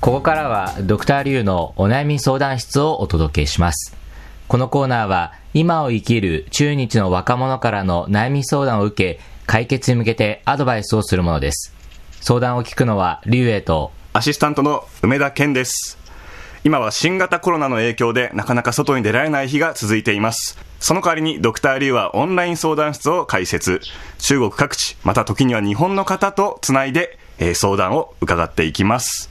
ここからはドクターリュウのお悩み相談室をお届けします。このコーナーは今を生きる中日の若者からの悩み相談を受け、解決に向けてアドバイスをするものです。相談を聞くのはリュウエイと、アシスタントの梅田健です。今は新型コロナの影響でなかなか外に出られない日が続いています。その代わりにドクターリュウはオンライン相談室を開設。中国各地、また時には日本の方とつないで、えー相談を伺っていきます。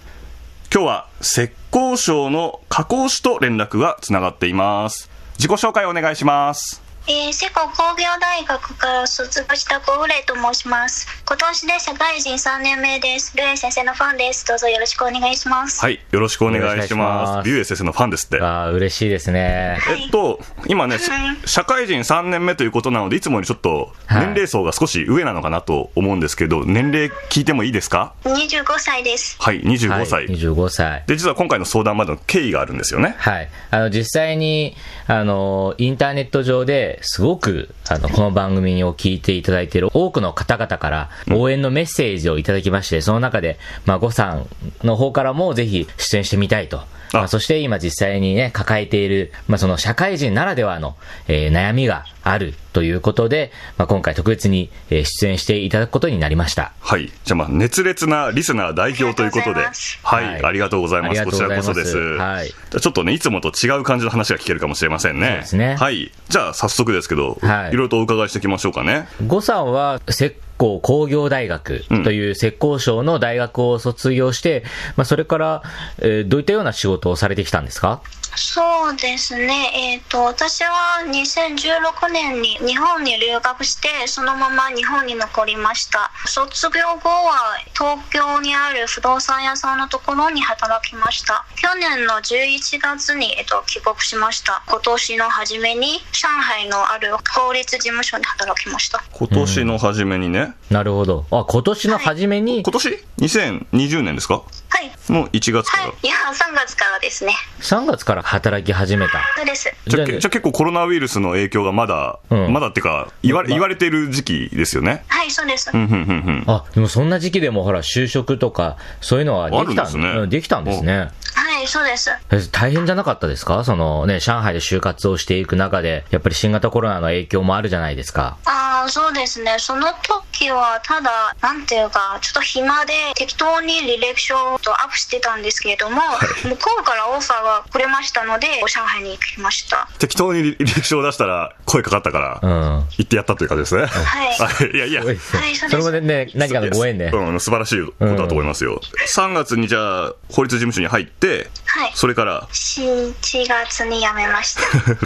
今日は浙江省の加工市と連絡がつながっています。自己紹介をお願いします。えー、世界工業大学から卒業した小レと申します。今年で社会人3年目です。ルエ先生のファンです。どうぞよろしくお願いします。はい、よろしくお願いしお願いしまますす。リュウエイ先生のファンですって。ああ、嬉しいですね。えっと、今ね、しはい社会人3年目ということなので、いつもよりちょっとはい年齢層が少し上なのかなと思うんですけど、年齢聞いてもいいですか25歳です。はい、25は歳。い、25歳。で、実は今回の相談までの経緯があるんですよね。はい。あの、実際に、あの、インターネット上ですごく、あの、この番組を聞いていただいている多くの方々から応援のメッセージをいただきまして、その中で、まあ、ごさんの方からもぜひ出演してみたいと。まあ、そして今実際にね、抱えている、まあ、その社会人ならではの、えー悩みがあるということで、まあ、今回特別に、えー出演していただくことになりました。はい。じゃあ、まあ、熱烈なリスナー代表ということでありがとうございます。はい。ありがとうございまはす。いこちらこそでありがす。とうございますはいじゃあちょっとね、いつもと違う感じの話が聞けるかもしれませんね。そうですねはい。じゃあ、早速ですけど、はいいろいろとお伺いしていきましょうかね。呉さんは浙江工業大学という浙江省の大学を卒業して、まあ、それから、えーどういったような仕事をされてきたんですかそうですね。えっ、と、私は2016年に日本に留学して、そのまま日本に残りました。卒業後は東京にある不動産屋さんのところに働きました。去年の11月に、えっと帰国しました。今年の初めに上海のある法律事務所で働きました。今年の初めにね、なるほど。あ、今年の初めに、今年 ?2020 年ですかはい。の1月かはら。い。いや、3月からですね。 3月から働き始めた。そうです。じじゃあゃけあじゃあ結構コロナウイルスの影響がまだ、うんまだっていうか言われ、言われてる時期ですよね。はい、そうです。うん、うん、うん、うん。あ、でもそんな時期でもほら、就職とか、そういうのはできたあるんですねうんできたんですね。はい、そうです。え大変じゃなかったですかそのね、上海で就活をしていく中で、やっぱり新型コロナの影響もあるじゃないですか。ああ、そうですね。その時は、ただ、なんていうか、ちょっと暇で、適当に履歴書とアップしてたんですけれども、向こうからオファーがくれましたので、上海に行きました。適当に履歴書を出したら声かかったから、うん。行ってやったという感じですね。はい。はい、いやいや。はい、そそうれでもす。ね、何かのご縁ね。うん、素晴らしいことだと思いますよ。3月にじゃあ、法律事務所に入って、はい。それから、 1月に辞めまし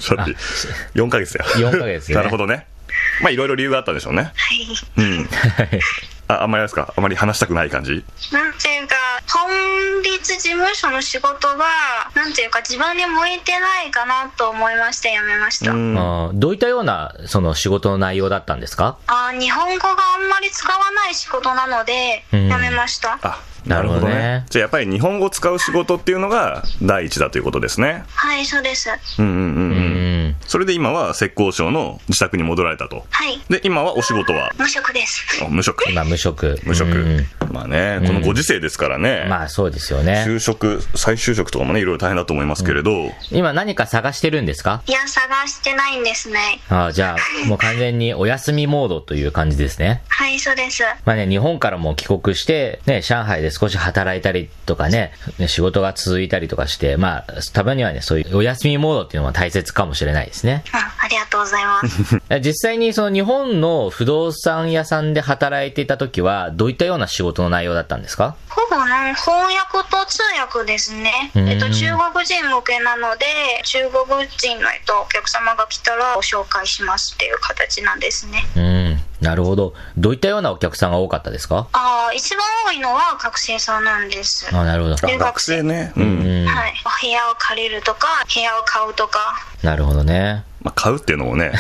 た。だって、4ヶ月だよ。 4ヶ月ねなるほどね。まあ、いろいろ理由があったんでしょうね。はい。うん。 はいあ、あんまりあれですかあまり話したくない感じなんていうか、法律事務所の仕事が、なんていうか、自分に向いてないかなと思いまして、辞めました。うん。あーどういったような、その仕事の内容だったんですかあー日本語があんまり使わない仕事なので、うんやめました。あ、なるほどねじゃあやっぱり日本語を使う仕事っていうのが第一だということですね。はい、そうです。うんうんうんう。うんん。それで今は浙江省の自宅に戻られたと。はい、で、今はお仕事は無職です。あ無職。今、無職。無職うん。まあね、このご時世ですからね。まあ、そうですよね。就職、再就職とかもね、いろいろ大変だと思いますけれど、今、何か探してるんですかいや、探してないんですね。あーじゃあ、もう完全にお休みモードという感じですね。はい、そうです。まあね、日本からも帰国して、ね、上海で少し働いたりとかね、ね仕事が続いたりとかして、まあ、たまにはね、そういうお休みモードっていうのは大切かもしれないですね。うん、ありがとうございます。え実際にその日本の不動産屋さんで働いていた時は、どういったような仕事の内容だったんですかほぼなん翻訳と通訳ですね。うんえっと、中国人向けなので、中国人の、えっと、お客様が来たらご紹介しますっていう形なんですね。うん、なるほど。どういったようなお客さんが多かったですかああ、一番多いのは学生さんなんです。あなるほど。留学学生生。ね、う。うんん、はい。お部屋を借りるとか、部屋を買うとか、なるほどね。まあ、買うっていうの もね、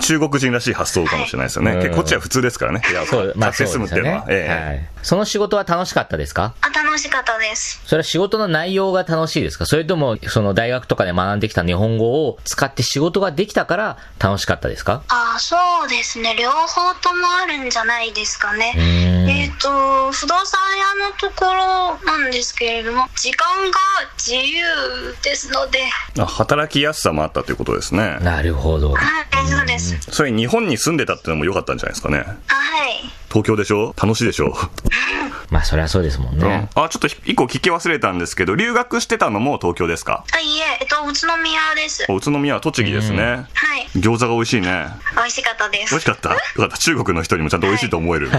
中国人らしい発想かもしれないですよね。うん結構こっちは普通ですからね、部屋をそう、まあ買ってそう住でむっすていうよのね。は。ええはい。その仕事は楽しかったですかあ楽しかったです。それは仕事の内容が楽しいですかそれとも、その大学とかで学んできた日本語を使って仕事ができたから楽しかったですかあそうですね。両方ともあるんじゃないですかうね。ーえっ、と、不動産屋のところなんですけれども、時間が自由ですので、あ働きやすさもあったということですねなるほど。はい、そうです。それ日本に住んでたってのも良かったんじゃないですかねあはい。東京でしょ楽しいでしょ、まあ、そりゃそうですもんうねん。、あちょっと一個聞き忘れたんですけど留学してたのも東京ですかあ、いいえ、えっと、宇都宮です。はお宇都宮は栃木ですね、い。餃子が美味しいね美味しかったで美す。味しかったよかった中国の人にもちゃんと美味しいと思える、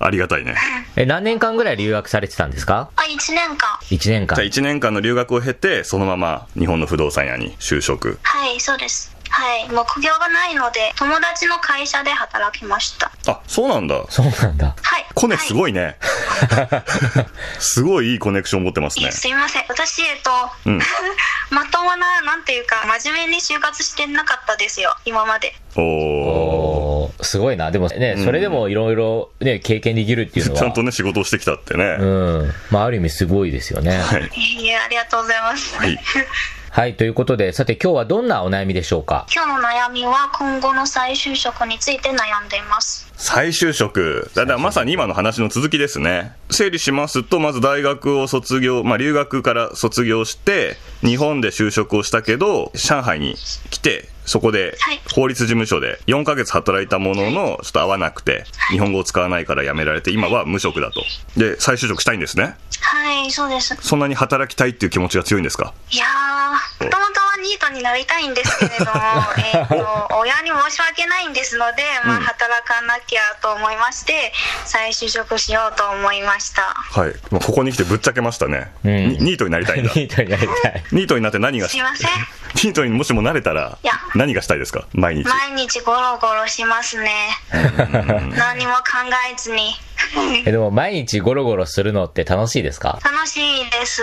ありがたいねえ、何年間ぐらい留学されてたんですかあ、1年間。 ?1 年間じゃあ。1年間の留学を経てそのまま日本の不動産屋に就職はい、そうです。はい、目標がないので、友達の会社で働きました。あそうなんだそうなんだ。はい。コネすはごいね、 すごいいいコネクション持ってますい。ねえすいません。私、えっと、うん まともな、なんていうか、真面目に就活してなかったですよ、今まで。おおおーすごいな。でもね、それでもいろいろね、経験できるっていうのは。ちゃんとね仕事をしてきたってね、うん。まあ、ある意味すごいですよね。はいいや、ありがとうございます。はいはい、ということで、さて今日はどんなお悩みでしょう か今日の悩みは、今後の再就職について悩んでいます。再就職。だからまさに今の話の続きですね。整理しますと、まず大学を卒業、まあ留学から卒業して、日本で就職をしたけど、上海に来て、そこではい法律事務所で4ヶ月働いたものの、ちょっと合わなくて、日本語を使わないから辞められて、今は無職だと。で、再就職したいんですね。はい、そうです。そんなに働きたいっていう気持ちが強いんですかいやー、もともとはニートになりたいんですけれど も、えーと親に申し訳ないんですので、まあ、働かなきゃと思いまして、再就職しようと思いました。はい。まあここに来てぶっちゃけましたね。うんにニートになりたいん だ。ニートになりたい。ニートになって何がすし、いません。ニートにもしもなれたらいや、何がしたいですか毎日。毎日ゴロゴロしますね。何も考えず に。え、でも毎日ゴロゴロするのって楽しいですか楽しいです。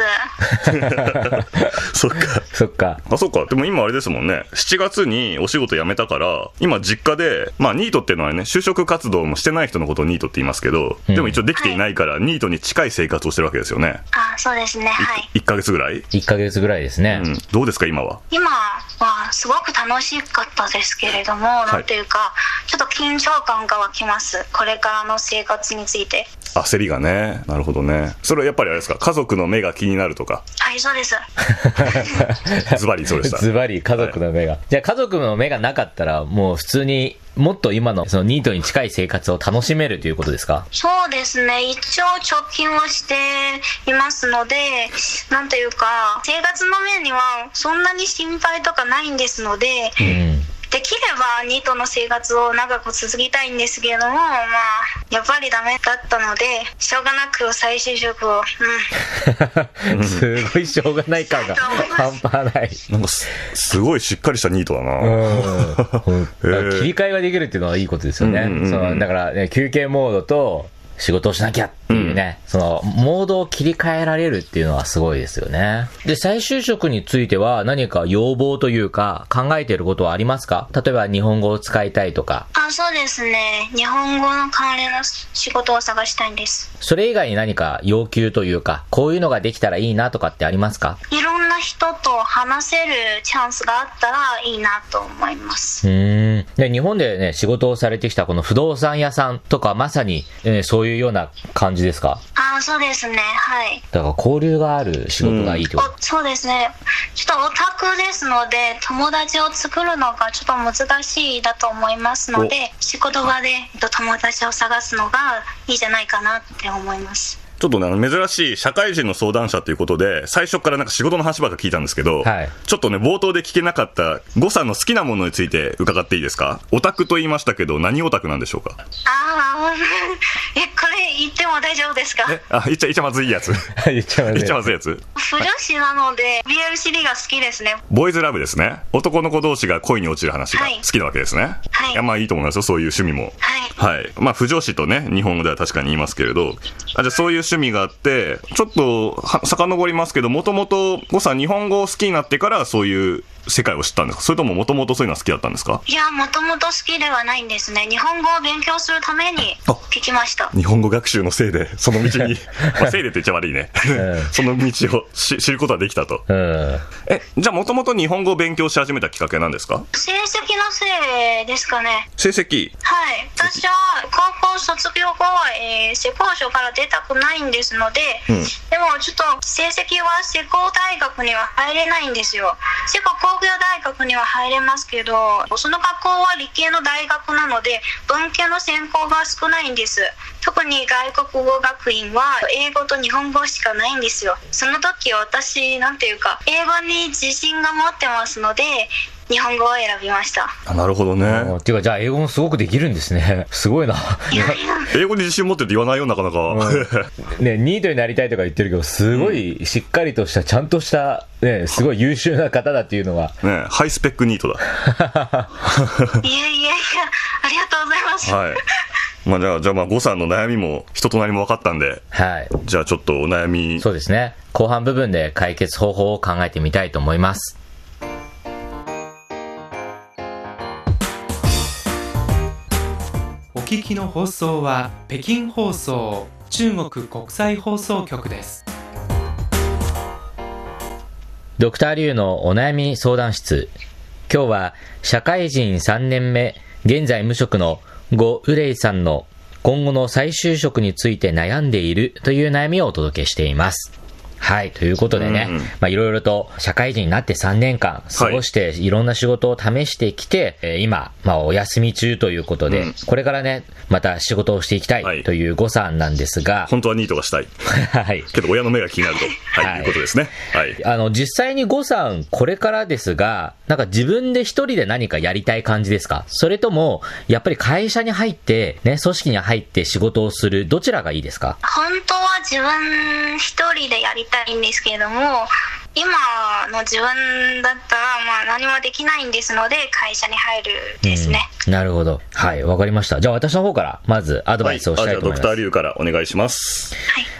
そっか。そっか。あ、そうか。でも今あれですもんね。7月にお仕事辞めたから、今実家で、まあニートっていうのはね、就職活動もしてない人のことをニートって言いますけど、うんでも一応できていないから、ニートに近い生活をしてるわけですよね。あ、そうですね。はい。 1ヶ月ぐらい1ヶ月ぐらいですね。うん。どうですか、今は。今はすごく楽しかったですけれども、なんていうか、ちょっと緊張感が湧きます。これからの生活について。焦りがね。なるほどね。それはやっぱりあれですか、家族の目が気になるとか、はい、そ うです。 ズバリそうでした。ズバリ家族の目が。じゃあ家族の目がなかったら、もう普通にもっと今のそのニートに近い生活を楽しめるということですかそうですね。一応貯金をしていますので、なんというか、生活の面にはそんなに心配とかないんですので、 うん。できればニートの生活を長く続きたいんですけれども、まあ、やっぱりダメだったので、しょうがなく再就職を、うん、すごいしょうがない感が半端ない。なんかす、すごいしっかりしたニートだな。うん ー切り替えができるっていうのはいいことですよね。うんうんうんうんそのだから、ね、休憩モードと仕事をしなきゃっていうね、そのモードを切り替えられるっていうのはすごいですよね。で、再就職については何か要望というか考えていることはありますか例えば日本語を使いたいとか、あ、そうですね。日本語の関連の仕事を探したいんです。それ以外に何か要求というか、こういうのができたらいいなとかってありますかいろんな人と話せるチャンスがあったらいいなと思います。うーんで日本でね、仕事をされてきたこの不動産屋さんとかまさに、えーそういうような感じですかあ、そうですね。はい。だから交流がある仕事がいいってことおそうですね。ちょっとオタクですので、友達を作るのがちょっと難しいだと思いますので、仕事場でえっと友達を探すのがいいじゃないかなって思います。ちょっとね、あの珍しい社会人の相談者ということで、最初からなんか仕事の話ばっか聞いたんですけど、はいちょっとね、冒頭で聞けなかった、誤さんの好きなものについて伺っていいですかオタクと言いましたけど、何オタクなんでしょうかああ、 え、これ言っても大丈夫ですかあ、言っちゃ、言っちゃまず いやつ。言っちゃい言っちゃままずいやつ。不女子なので、BLCD が好きですね。ボーイズラブですね。男の子同士が恋に落ちる話がはい好きなわけですね。はいや、まあいいと思いますよ、そういう趣味も。はい。はい。まあ、不女子とね、日本語では確かに言いますけれど、あじゃあそういう趣味があって、ちょっとは遡りますけど、もともと、誤さん日本語を好きになってから、そういう世界を知ったんですかそれとももともとそういうのは好きだったんですかいや、もともと好きではないんですね。日本語を勉強するためにあ聞きました。日本語学習のせいで、その道に、 まあ、せいでって言っちゃ悪いね。 その道をし知ることができたと。うん。え、じゃあもともと日本語を勉強し始めたきっかけなんですか成績のせいですかね。成績。はい。私は高校卒業後は、えー、施工所から出たくないんですので、うんでもちょっと成績は施工大学には入れないんですよ。施工工業大学には入れますけど、その学校は理系の大学なので、文系の専攻が少ないんです。特に外国語学院は英語と日本語しかないんですよ。その時私、なんていうか、英語に自信が持ってますので、日本語を選びました。あなるほどうんね。っていうか、じゃあ英語もすごくできるんですね。すごいな。英語に自信持ってるって言わないよ、なかなか。 ね、ニートになりたいとか言ってるけど、すごいしっかりとした、ちゃんとした、ね、すごい優秀な方だっていうのが、 ねハイスペックニートだ。いやいやいや、ありがとうございます。はい。まあじゃあ、じゃあまあ、誤さんの悩みも人となりも分かったんで、はい。じゃあちょっとお悩み。そうですね。後半部分で解決方法を考えてみたいと思います。お聞きの放送は北京放送中国国際放送局です。ドクターリュウのお悩み相談室。今日は、社会人3年目、現在無職のゴ・ウレイさんの今後の再就職について悩んでいるという悩みをお届けしています。はい。ということでね、うんまあいろいろと社会人になって3年間過ごして、いろんな仕事を試してきて、えー今、まあお休み中ということで、うんこれからね、また仕事をしていきたはいいという誤算なんですが、本当はニートがしたい。 はい。けど親の目が気になると。はい、はいい、うことですね。はい。あの、実際にゴさん、これからですが、なんか自分で一人で何かやりたい感じですかそれとも、やっぱり会社に入って、ね、組織に入って仕事をする、どちらがいいですか本当は自分一人でやりたいんですけれども今の自分だったらまあ何もできないんですので会社に入るですね、うんなるほど。はい、わかりました。じゃあ私の方から、まずアドバはい、イあスをじしたゃいあとド思いクます。ターリュウからお願いします。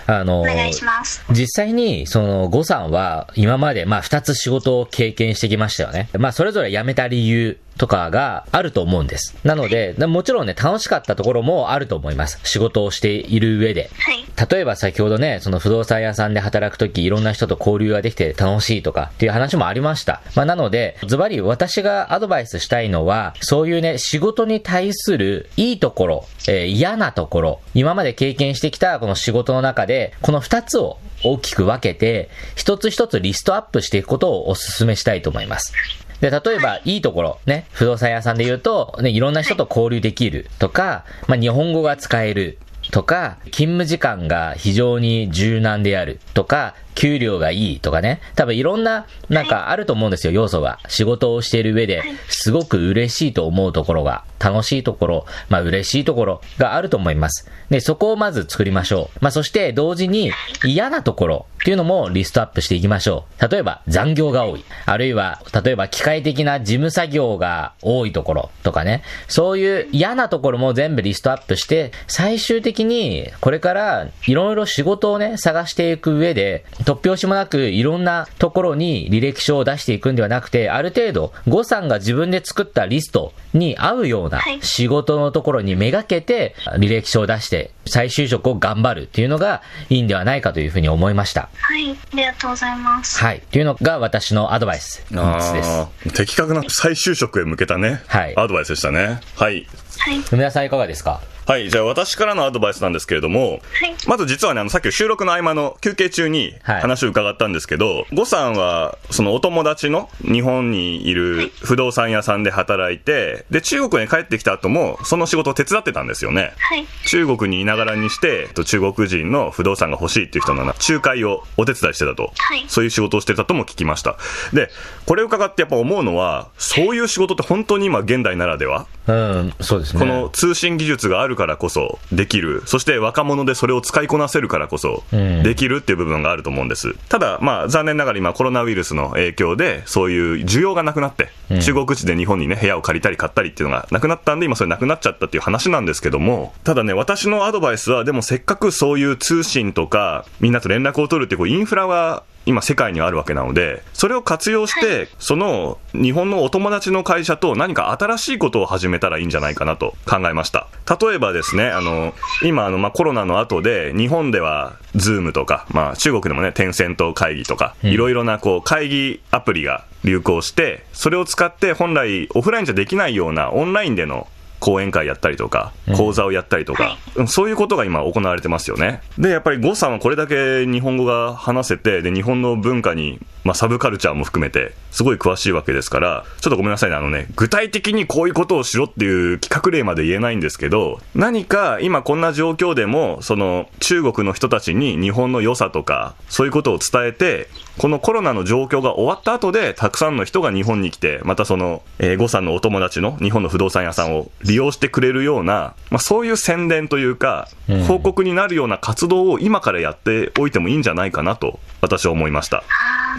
あのはいお願いします実際に、その、ゴさんは、今まで、まあ、二つ仕事を経験してきましたよね。まあ、それぞれ辞めた理由とかがあると思うんです。なので、もちろんね、楽しかったところもあると思います。仕事をしている上で。はい例えば先ほどね、その不動産屋さんで働くとき、いろんな人と交流ができて楽しいとかっていう話もありました。まあなので、ズバリ私がアドバイスしたいのは、そういうね、仕事に対するいいところ、えー嫌なところ、今まで経験してきたこの仕事の中で、この二つを大きく分けて、一つ一つリストアップしていくことをお勧めしたいと思います。で、例えば、いいところ、ね、不動産屋さんで言うと、ね、いろんな人と交流できるとか、まあ、日本語が使えるとか、勤務時間が非常に柔軟であるとか、給料がいいとかね、多分いろんな、なんかあると思うんですよ、要素が。仕事をしている上で、すごく嬉しいと思うところが、楽しいところ、まあ嬉しいところがあると思います。で、そこをまず作りましょう。まあそして同時に嫌なところっていうのもリストアップしていきましょう。例えば残業が多い。あるいは、例えば機械的な事務作業が多いところとかね。そういう嫌なところも全部リストアップして、最終的にこれからいろいろ仕事をね、探していく上で、突拍子もなくいろんなところに履歴書を出していくんではなくて、ある程度、ゴさんが自分で作ったリストに合うようなはい仕事のところにめがけて、履歴書を出して、再就職を頑張るっていうのがいいんではないかというふうに思いました。はいありがとうございますはい。っていうのが私のアドバイスです。ー的確な再就職へ向けたね、はいアドバイスでしたね。はい。はい梅田さんいかがですかはい、じゃあ私からのアドバイスなんですけれども、はいまず実はね、あの、さっき収録の合間の休憩中にはい話を伺ったんですけど、呉さんは、そのお友達の日本にいる不動産屋さんで働いて、で、中国に帰ってきた後も、その仕事を手伝ってたんですよね。はい中国にいながらにして、えっと中国人の不動産が欲しいっていう人の仲介をお手伝いしてたと、はいそういう仕事をしてたとも聞きました。で、これを伺ってやっぱ思うのは、そういう仕事って本当に今現代ならでは、うん、そうですね。こ の通信技術があるからこそできる、そして若者でそれを使いこなせるからこそうんできるっていう部分があると思うんです。ただ、まあ残念ながら今コロナウイルスの影響でそういう需要がなくなって、うん中国地で日本にね部屋を借りたり買ったりっていうのがなくなったんで今それなくなっちゃったっていう話なんですけども、ただね、私のアドバイスはでもせっかくそういう通信とかみんなと連絡を取るっていうこうインフラは今世界にあるわけなので、それを活用して、その日本のお友達の会社と何か新しいことを始めたらいいんじゃないかなと考えました。例えばですね、あの、今あの、まあ、コロナの後で、日本では、ズームとか、まあ、中国でもね、テンセント会議とか、うんいろいろなこう、会議アプリが流行して、それを使って本来オフラインじゃできないようなオンラインでの講演会やったりとかうん、講座をやったりとか、うんそういうことが今行われてますよね。で、やっぱり呉さんはこれだけ日本語が話せて、で、日本の文化に、まあ、サブカルチャーも含めて、すごい詳しいわけですから、ちょっとごめんなさいね、あのね、具体的にこういうことをしろっていう企画例まで言えないんですけど、何か今こんな状況でも、その、中国の人たちに日本の良さとか、そういうことを伝えて、このコロナの状況が終わった後で、たくさんの人が日本に来て、またその、えー、呉さんのお友達の日本の不動産屋さんを利用してくれるような、まあ、そういう宣伝というかうん、報告になるような活動を今からやっておいてもいいんじゃないかなと、私は思いました。あ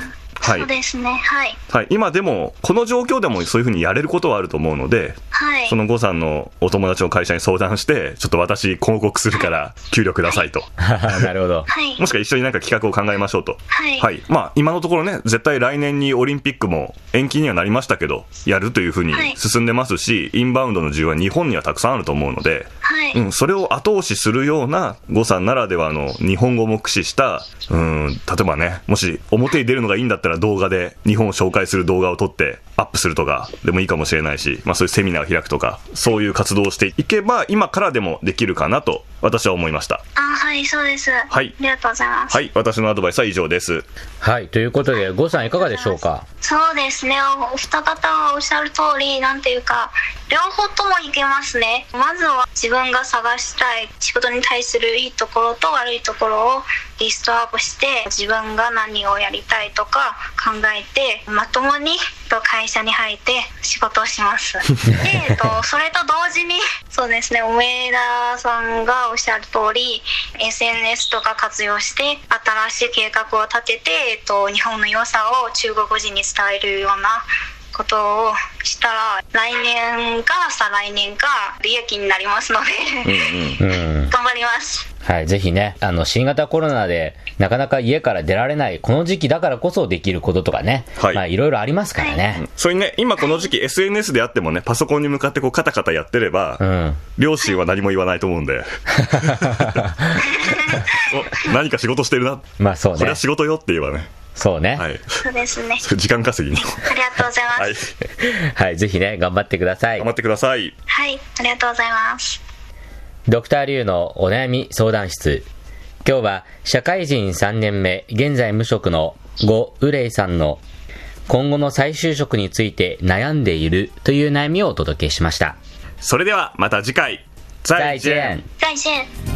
ーはいそうですね。はい。はい、今でも、この状況でもそういうふうにやれることはあると思うので、はい。その呉さんのお友達の会社に相談して、ちょっと私広告するから、給料くださいと。なるほど。はい。もしくは一緒になんか企画を考えましょうと。はい。はい。まあ、今のところね、絶対来年にオリンピックも延期にはなりましたけど、やるというふうにはい進んでますし、インバウンドの需要は日本にはたくさんあると思うので、はい。うん、それを後押しするような、呉さんならではの日本語も駆使した、うん、例えばね、もし表に出るのがいいんだったら動画で日本を紹介する動画を撮ってアップするとかでもいいかもしれないし、まあそういうセミナーを開くとか、そういう活動をしていけば今からでもできるかなと私は思いました。あ、はい、そうです。はいありがとうございます。はい、私のアドバイスは以上です。はい。ということで、ゴさんいかがでしょうかそうですね。おお二方はおっしゃる通り、なんていうか、両方ともいけますね。まずは自分が探したい仕事に対するいいところと悪いところをリストアップして、自分が何をやりたいとか考えて、まともにと会社に入って仕事をします。で、えっと、それと同時に、 そうですね、梅田さんがおっしゃる通り、SNS とか活用して、新しい計画を立てて、えっと、日本の良さを中国人に伝えるようなことをしたら、来年か再来年か利益になりますのうんで、うん。うん。 頑張ります。はい。ぜひね、あの、新型コロナで、なかなか家から出られない、この時期だからこそできることとかね。はいまあ、いろいろありますからね。それにね、今この時期 SNS であってもね、パソコンに向かってこうカタカタやってれば、うん。両親は何も言わないと思 うんで。お何か仕事してるな。まあ、そうこれねは。仕事よって言えばね。そうね。はい。そうですね。それ時間稼ぎに。ありがとうございます。はい。はい。ぜひね、頑張ってください頑張。ってください。はい、ありがとうございます。ドクターリュウのお悩み相談室。今日は社会人3年目、現在無職のゴ・ウレイさんの今後の再就職について悩んでいるという悩みをお届けしました。それではまた次回。再见。再见。